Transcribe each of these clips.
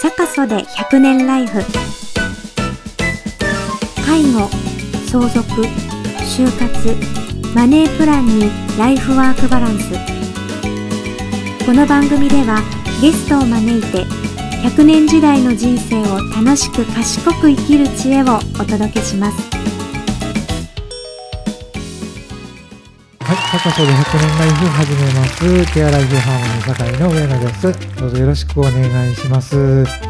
サカソで100年ライフ介護相続就活マネープランにライフワークバランスこの番組ではゲストを招いて100年時代の人生を楽しく賢く生きる知恵をお届けしますはい、高瀬で100年ライフ始めます。ケアライフハーモニー係の上野です。どうぞよろしくお願いします。え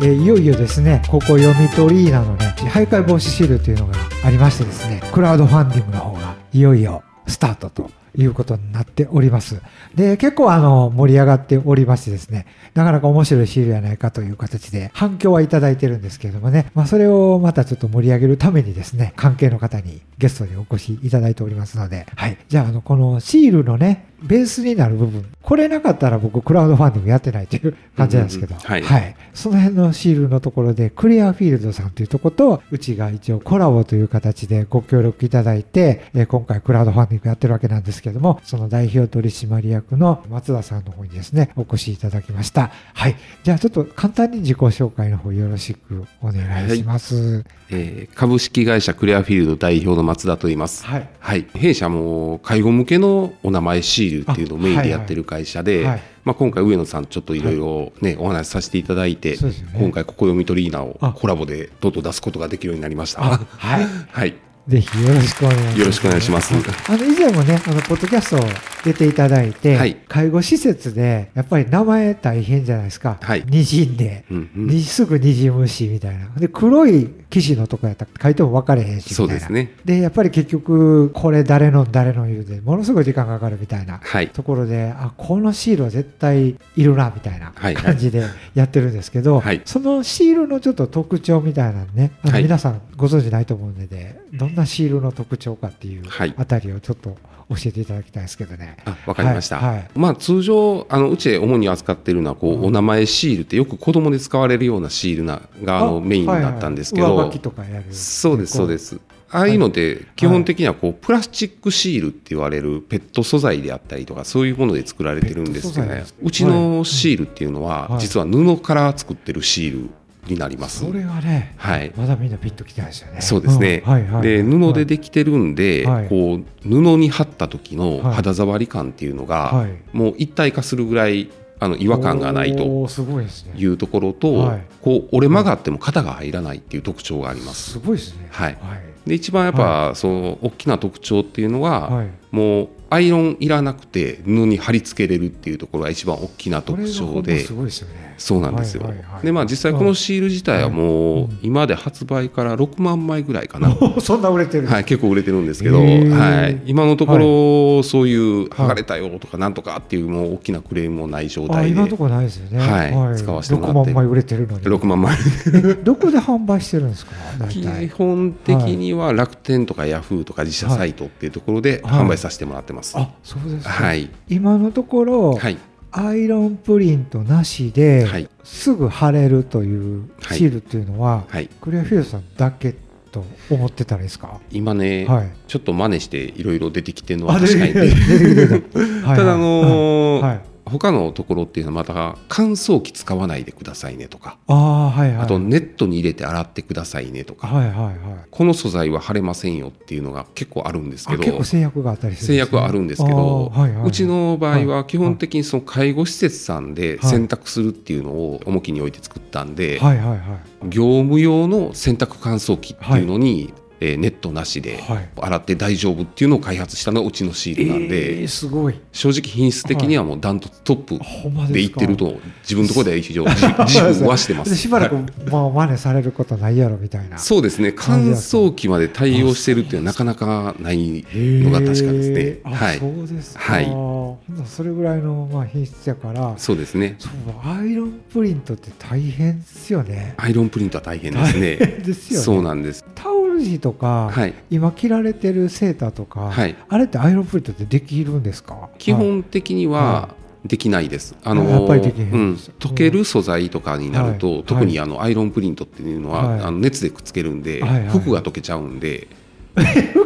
ーいよいよですね、ここ読み取りなのね、徘徊防止シールというのがありましてですね、クラウドファンディングの方がいよいよスタートということになっております。で、結構あの、盛り上がっておりましてですね、なかなか面白いシールやないかという形で反響はいただいてるんですけれどもね、まあそれをまたちょっと盛り上げるためにですね、関係の方にゲストにお越しいただいておりますので、はい。じゃああの、このシールのね、ベースになる部分、これなかったら僕クラウドファンディングやってないという感じなんですけど、うんうんはいはい、その辺のシールのところでクリアフィールドさんというところとうちが一応コラボという形でご協力いただいて、えー今回クラウドファンディングやってるわけなんですけどもその代表取締役の松田さんの方にですねお越しいただきましたはいじゃあちょっと簡単に自己紹介の方よろしくお願いしますえー株式会社クレアフィールド代表の松田と言います。はい、はい、弊社も介護向けのお名前シールっていうのをメインでやってる会社で、はいまあ、今回上野さんちょっといろいろね、お話しさせていただいて、そうですよね今回ここ読み取りーナをあコラボでとうとう出すことができるようになりました。あはいはい、ぜひよろしくお願いします。よろしくお願いしますあの、以前もね、あの、ポッドキャストを出ていただいて、はい介護施設で、やっぱり名前大変じゃないですか。はいにじんで、うんうんにすぐにじむし、みたいな。で、黒い記事のとこやったら書いても分かれへんし、みたそいうな。です。ね。で、やっぱり結局、これ誰の誰の言うで、ものすごい時間がかかるみたいな。はい、ところで、あ、このシールは絶対いるな、みたいなはい感じでやってるんですけど、はいそのシールのちょっと特徴みたいなのね、あのはい皆さんご存知ないと思うので、どんなシールの特徴かっていうはいあたりをちょっと教えていただきたいですけどね。あわかりました、はいはいまあ、通常あのうちで主に扱っているのはこう、うんお名前シールってよく子供で使われるようなシールながあのメインだったんですけど、はいはい上書きとかやる。。そうですそうですすああいうので基本的にはこうプラスチックシールって言われるペット素材であったりとかそういうもので作られてるんですけどペットね素材うちのシールっていうのははい実は布から作ってるシールになりますそれはね、はいまだみんなピッときてないですよね。そうですねんはいはい、で布できできてるんではいこう布に貼った時のはい肌触り感っていうのはがいもう一体化するぐらいあの違和感がないとおーすごいですね。いうところとはいこう折れ曲がっても肩が入らないっていう特徴がありますすごいですね。はいはい。で一番やっぱ、その大きな特徴っていうのは、はいもうアイロンいらなくて布に貼り付けれるっていうところが一番大きなこれ特がほんま徴ですごいですよね。そうなんですよ、はいはいはいでまあ実際このシール自体はもう、うん今で発売から6万枚ぐらいかなそんな売れてる。 はい、結構売れてるんですけど、へーはい、今のところ、そういう剥がれたよとかなんとかっていうもう大きなクレームもない状あ態で今のところないですよね。はい使わせてもらって6万枚売れてるのに。 6万枚えどこで販売してるんですか大基体。本的には楽天とかヤフーとか自社サイトっていうところではい販売させてもらってます。あ、そうですか。はい、今のところ、はいアイロンプリントなしで、はいすぐ貼れるというはいシールっていうのは、はい、クリアフィールドさんだけと思ってたらいいですか、今ね、はい。ちょっと真似していろいろ出てきてるのは確出かにてね、きてる出てきてるはいはいただ、あのーはいはい他のところっていうのはまた乾燥機使わないでくださいねとか、あーはいはい。あとネットに入れて洗ってくださいねとか、はいはいはい。この素材は腫れませんよっていうのが結構あるんですけあ結ど構。制約があったりするんで制すね、約はあるんですけど、あーはいはいはいうちの場合は基本的にその介護施設さんではい選択するっていうのを重きに置いて作ったんで、はいはいはい。業務用の洗濯乾燥機っていうのに、えーネットなしではい洗って大丈夫っていうのを開発したのがうちのシールなんで、えーすごい。正直品質的にはもうダントツトップほんまですかでいってると自分のところでは一応 自自負はしてまですしばらく、はいまあ、真似されることないやろみたいな。そうですね乾燥機まで対応してるっていうのはなかなかないのが確かですねへーあはいそうですか。はいほんならそれぐらいの、まあ、品質やから。そうですねそう、アイロンプリントって大変ですよね。アイロンプリントは大変ですねですよね。そうなんですタオル地とか、はい今着られてるセーターとか、はいあれってアイロンプリントってできるんですか基本的にははできないです。あのやっぱりできへんうん、溶ける素材とかになると、はい特にあのアイロンプリントっていうのは、はいあの熱でくっつけるんで、はいはい服が溶けちゃうんで、はい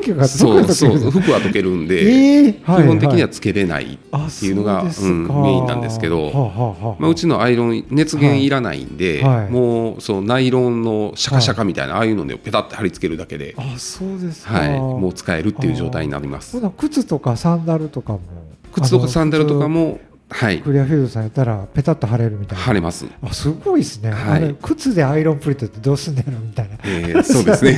毛がどそこにうそう溶ける服は溶けるんで、えーはい基本的にははつけれない、あっていうのがそですかうんメインなんですけどはあはあはあまあ、うちのアイロン熱源いらないんで、はいはいもうそのナイロンのシャカシャカみたいな、ああいうのでペタッて貼り付けるだけで、あそうですか、はい、もう使えるっていう状態になりますほな靴とかサンダルとかも靴とかサンダルともかもはいクリアフィールドさんやったらペタッと貼れるみたいな貼れます、あすごいですね、あはいれ靴でアイロンプリントってどうすんねやろみ たいなえーそうで すね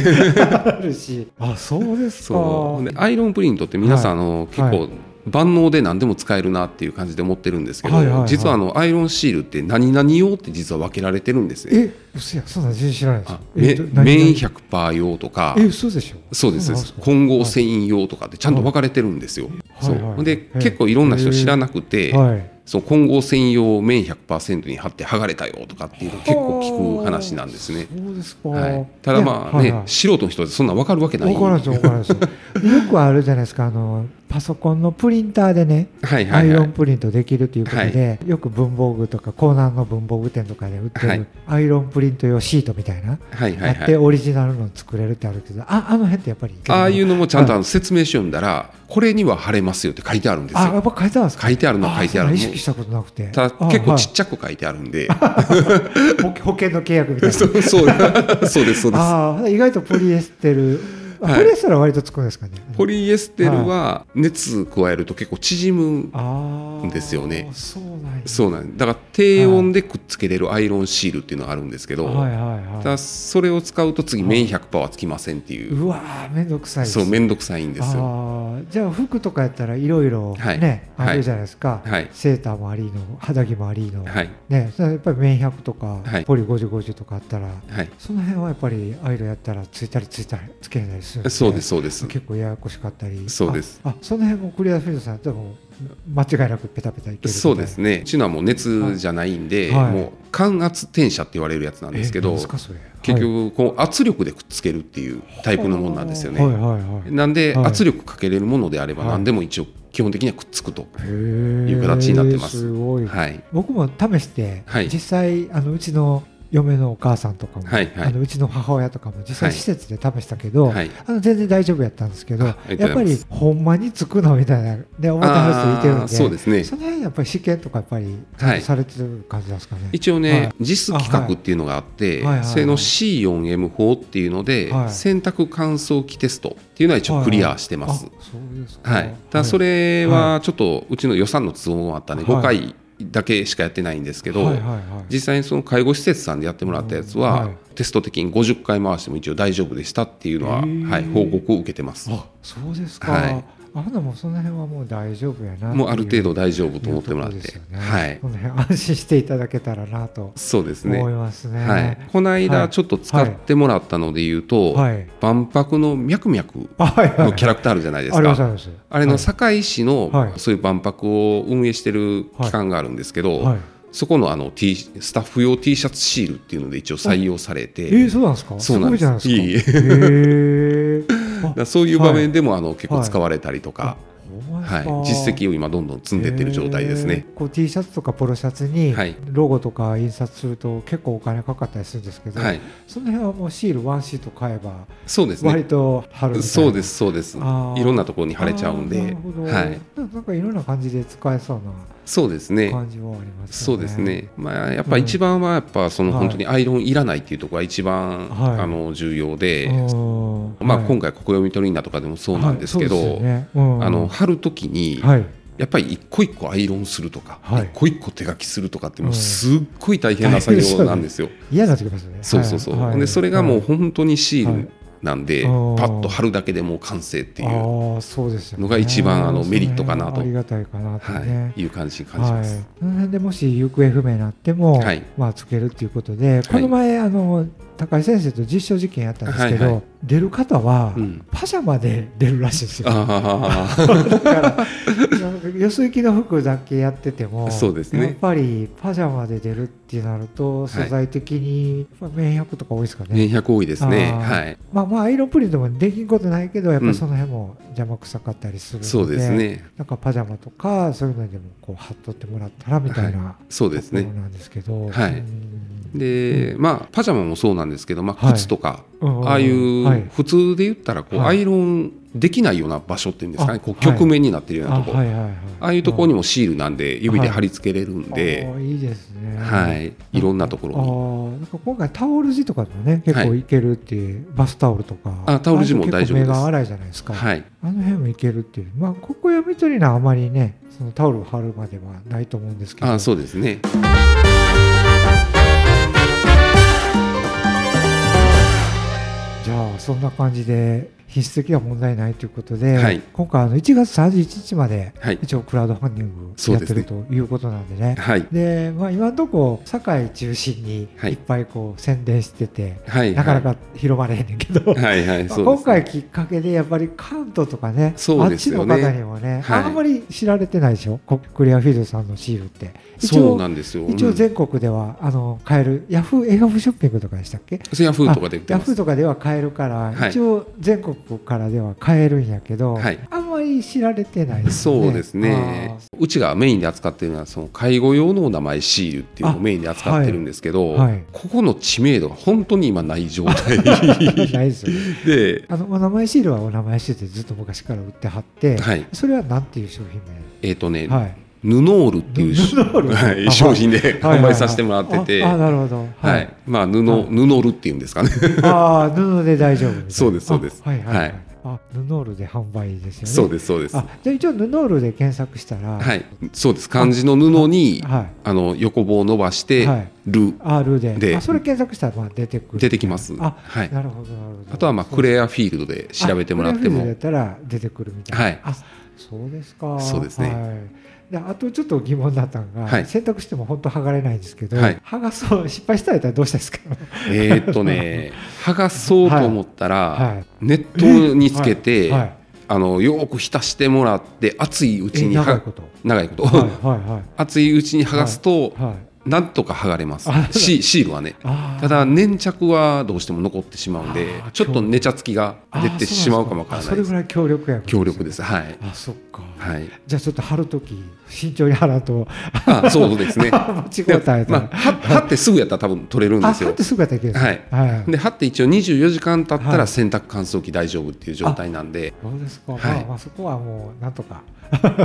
あるしあそうですかそうでアイロンプリントって皆さん、あの結は構万能で何でも使えるなっていう感じで思ってるんですけど、はいはいはい実はあのアイロンシールって何々用って実は分けられてるんですね。え嘘やそんなん全然知らないですあめえ何々綿100%用とかえ嘘でしょそうですそうですなんか混合繊維用とかってちゃんと分かれてるんですよ。はいそうはいはいで結構いろんな人知らなくて、はいその混合繊維用を綿100%に貼って剥がれたよとかっていうの結構聞く話なんですね。そうですか、はい、ただまあいね、やはいはい素人の人はそんな分かるわけないわからんですよわからん ですよよくあるじゃないですかあのパソコンのプリンターでねはいアはいイはロいンプリントできるということで、よく文房具とかコーナーの文房具店とかで売ってる、はいアイロンプリント用シートみたいな、はいはいあっはていオリジナルの作れるってあるけどああの辺ってやっぱりああいううのもちゃんとあの説明書読んだらこれには貼れますよって書いてあるんですあやよっぱ書いてあるんですか書いてあるのは書いてあそるんなの意識したことなくてただあ結構はいちっちゃく書いてあるんで保保険の契約みたいな そう そうそうですそうですああ意外とポリエステル、あ はいポリエステルは割とつくんですかねポリエステルは熱加えると結構縮むああですよねそうなんやそうなんですだから低温でくっつけれるアイロンシールっていうのがあるんですけど、はいはいはいただそれを使うと次綿100%はつきませんっていう、うわーめんどくさいですそう面倒くさいんですよあーじゃあ服とかやったらいろいろはいね、はいあるじゃないですか、はいセーターもありの肌着もありの、はいねそれやっぱり綿100とか、はいポリ5050とかあったらはいその辺はやっぱりアイロンやったらついたりついたりつけれたりするんそうですそうです結構ややこしかったりそうですああその辺もクリアフィールドさんでも間違いなくペタペタいけるみたいなそうですねうちのはもう熱じゃないんで、はいはいもう感圧転写って言われるやつなんですけえど何すかそれ結はい局こう圧力でくっつけるっていうタイプのものなんですよね、はいはいはいなんではい圧力かけれるものであればはい何でも一応基本的にはくっつくと、いう形になってますすごいはい、僕も試して、はい実際あのうちの嫁のお母さんとかも、はいはいあのうちの母親とかも実際はい施設で試したけど、はいあの全然大丈夫やったんですけど、あありやがっぱとうございりますほんまにつくのみたいなね思ってはる人いてるんあーでそうですねその辺やっぱり試験とかやっぱりちゃんとされてる感じなんですかね、一応ね、はい実規格っていうのがあって、あはいはいはいそれの C4M4 っていうので、はい洗濯乾燥機テストっていうのは一応クリアしてます、あはいそうですかただそはれはちょっとうちの予算の都合もあったね、はい5回だけしかやってないんですけいど、はいはいはい実際にその介護施設さんでやってもらったやつうは、んはいテスト的に50回回しても一応大丈夫でしたっていうのは、へーはい、報告を受けてますあそうですか、はいあほなもうその辺はもう大丈夫やなっていもうある程度大丈夫と思ってもらっいうこて、とですよねはいこの辺安心していただけたらなとそうですね思いますね。はい、このは間いちょっと使ってもらったので言うと、はい万博のミャクミャクあはいはいのキャラクターあるじゃないですありますあか。ります。あれの堺市はいのそういう万博を運営してる機関があるんですけど、はい。そこのあの T スタッフ用 T シャツシールっていうので一応採用されえて、ー、そうなんですか。そうなんですすごいじゃないですか。へえ。だからそういう場面でもあの結構使われたりとか、ほんまですはかい、実績を今どんどん積んでってる状態ですねへ。ーこう T シャツとかポロシャツにはいロゴとか印刷すると結構お金かかったりするんですけど、はい、その辺はもうシールワンシート買えばそうです割ね。と貼るみたいな。そうですそうです。いあーろんなところに貼れちゃうんあーなでるほ、どはい、ななんかいろんな感じで使えそうそうですなね。感じはありますそようね。ですね、まあ、やっぱ一番はやっぱそのはい本当にアイロンいらないっていうところが一番、はいあの重要で、うん。まあ、はい今回「ここ読み取りな」とかでもそうなんですけど、はいそうですよねうんあの貼る時にはい、やっぱり一個一個アイロンするとか、はい一個一個手書きするとかってもううんすっごい大変な作業なんですよ。嫌になってきますよね。そうそうそう、はいはいでそれがもう本当にシはーいルなんで、うんパッと貼るだけでもう完成っていう、はああそうですよねのが一番あのメリットかなとありがたいかなといね。い、う感じに感じます。はい、その辺でもし行方不明になっても、はいまあ、つけるっていうことで、この前あの高井先生と実証実験やったんですけど、はいはい出る方は、うんパジャマで出るらしいんですよ。あーだからなんかよそ行きの服だけやっててもそうですねやっぱりパジャマで出るってなると素材的に、やっぱ綿100とか多いですかね。 年100多いですね。あーはい、まあまあアイロンプリントもできんことないけどやっぱうりんその辺も邪魔くさかったりするので、そうですね。なんかパジャマとかそういうのでもこう貼っとってもらったらみたいな、そうですとこね。ろなんですけど、はいうんでまあ、パジャマもそうなんですけど、まはあ、い靴とか、うんうんああいはいう普通で言ったらこう、はいアイロンできないような場所っていうんですかあねこうはい曲面になってるようなあところ、はいはいはいああいうところににもシールなんで指で貼り付けれるんで、いいですねはい、いろんなところに。ああなんか今回タオル地とかでもね結構はいいけるっていう、バスタオルとかあタオル地も大丈夫ですあれ結構目が荒いじゃないですか、はい、あの辺もいけるっていうまあここ読み取りのはあまりねそのタオルを貼るまではないと思うんですけどあそうですね。じゃあそんな感じで必須的な問題ないということで、はい今回あの1月31日まではい、一応クラウドファンディングそうやっでてすねるということなんでねはい、でまあ、今のとこ堺中心にはいいっぱいこう宣伝してて、はい、なかなか広まれへんねんけど、はい、はい、 まあそうで今すね回きっかけでやっぱり関東とかねそうですよねあっちの方にもね、はいあんまり知られてないでしょこクリアフィールドさんのシールって一そう応なんですよ。一応全全国ではあの買えるヤフーエフショッピングとかでしたっけヤフーとかで売ってヤまフーす。とかでは買えるから、はい一応全国からでは買えるんやけど、はいあんまり知られてないですよねそうですね。うちがメインで扱ってるのはその介護用のお名前シールっていうのをメインで扱ってるんですけど、はいはいここの知名度が本当に今ない状態あー ないですよね で、あのお名前シールはお名前シールでずっと昔から売ってはって、はい、それはなんていう商品えっ、とね、名、はい、ヌノールっていう しヌノールはいあ商品ではい販売させてもらってて、ああはいなるほど。まはいあ布、ヌノールっていうんですかね。ああ布で大丈夫みたいな。 そうですそうですあはいはい、ははいい。あ布ールで販売ですよね。そうす。ですそうです。あじゃあ一応布ールで検索したら、はいい、そうです。漢字の布にはあの横棒を伸ばしいて、はい。ル R でであそれ検索したらまあ出てくる。出てきます。あはい。なるほどなるほど。あとはまあクレアフィールドで調べてもらってあクレアフィールドやもっ、たら出てくるみたいな。はいあそうですか。そうですねはいであとちょっと疑問だったのが、はい洗濯しても本当剥がれないんですけど、はい剥がそう失敗したらどうしたんですか。えーっとね、 剥がそうと思ったら、はい。熱湯につけて、はいはいあのよく浸してもらって、熱いうちえに長いは こと。長いこと、 はいはいはい熱いうちに剥がすと、はい。なんとか剥がれますあ。シシールはね。あーただ粘着はどうしても残ってしまうんであー、ちょっとネチャつきが出てしまうかもわからあなそいうでですす。かあそれぐらい強力や強力ですす。はい。あそっか、はい。じゃあちょっと貼るとき慎重に貼らんとあ、そうです ね。間違えたやつ、まあ、は貼ってすぐやったら多分取れるんあです貼っよて。すぐやったらいけるんですねはいで、貼って一応24時間経ったはいら洗濯乾燥機大丈夫っていう状態なんで、どうですか、はいまあ、まあそこはもうなんとか、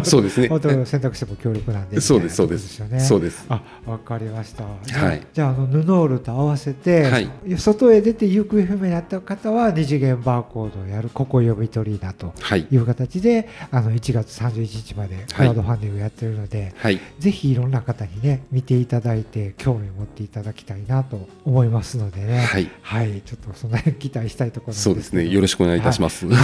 そうですね。 本当選択肢も強力なんでそうですみたいなとこよねそうです。あわかりました、じゃあはいじゃああの布ールと合わせて、はい外へ出て行方不明になった方は二次元バーコードをやるここ呼び取りだとはい。いう形であの1月31日までクラウドファンディングやってるので、はい。ぜひいろんな方にね見ていただいて興味を持っていただきたいなと思いますのでね、はいい。ちょっとその辺期待したいところなんですそうですね。よろししくお願いいたします。はい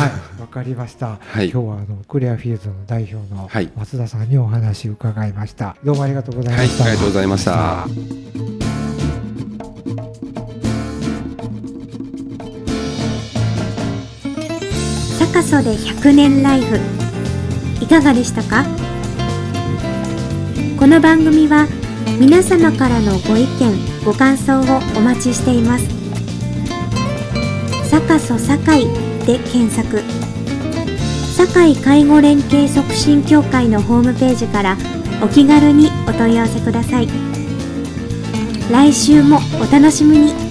わかりました、はい今日はあのクレアフィールドの代表のはい松田さんにお話を伺いましたどうもありがとうございました、はいありがとうございましたサカソで100年ライフいかがでしたかこの番組は皆様からのご意見ご感想をお待ちしていますサカソ堺で検索堺介護連携促進協会のホームページからお気軽にお問い合わせください来週もお楽しみに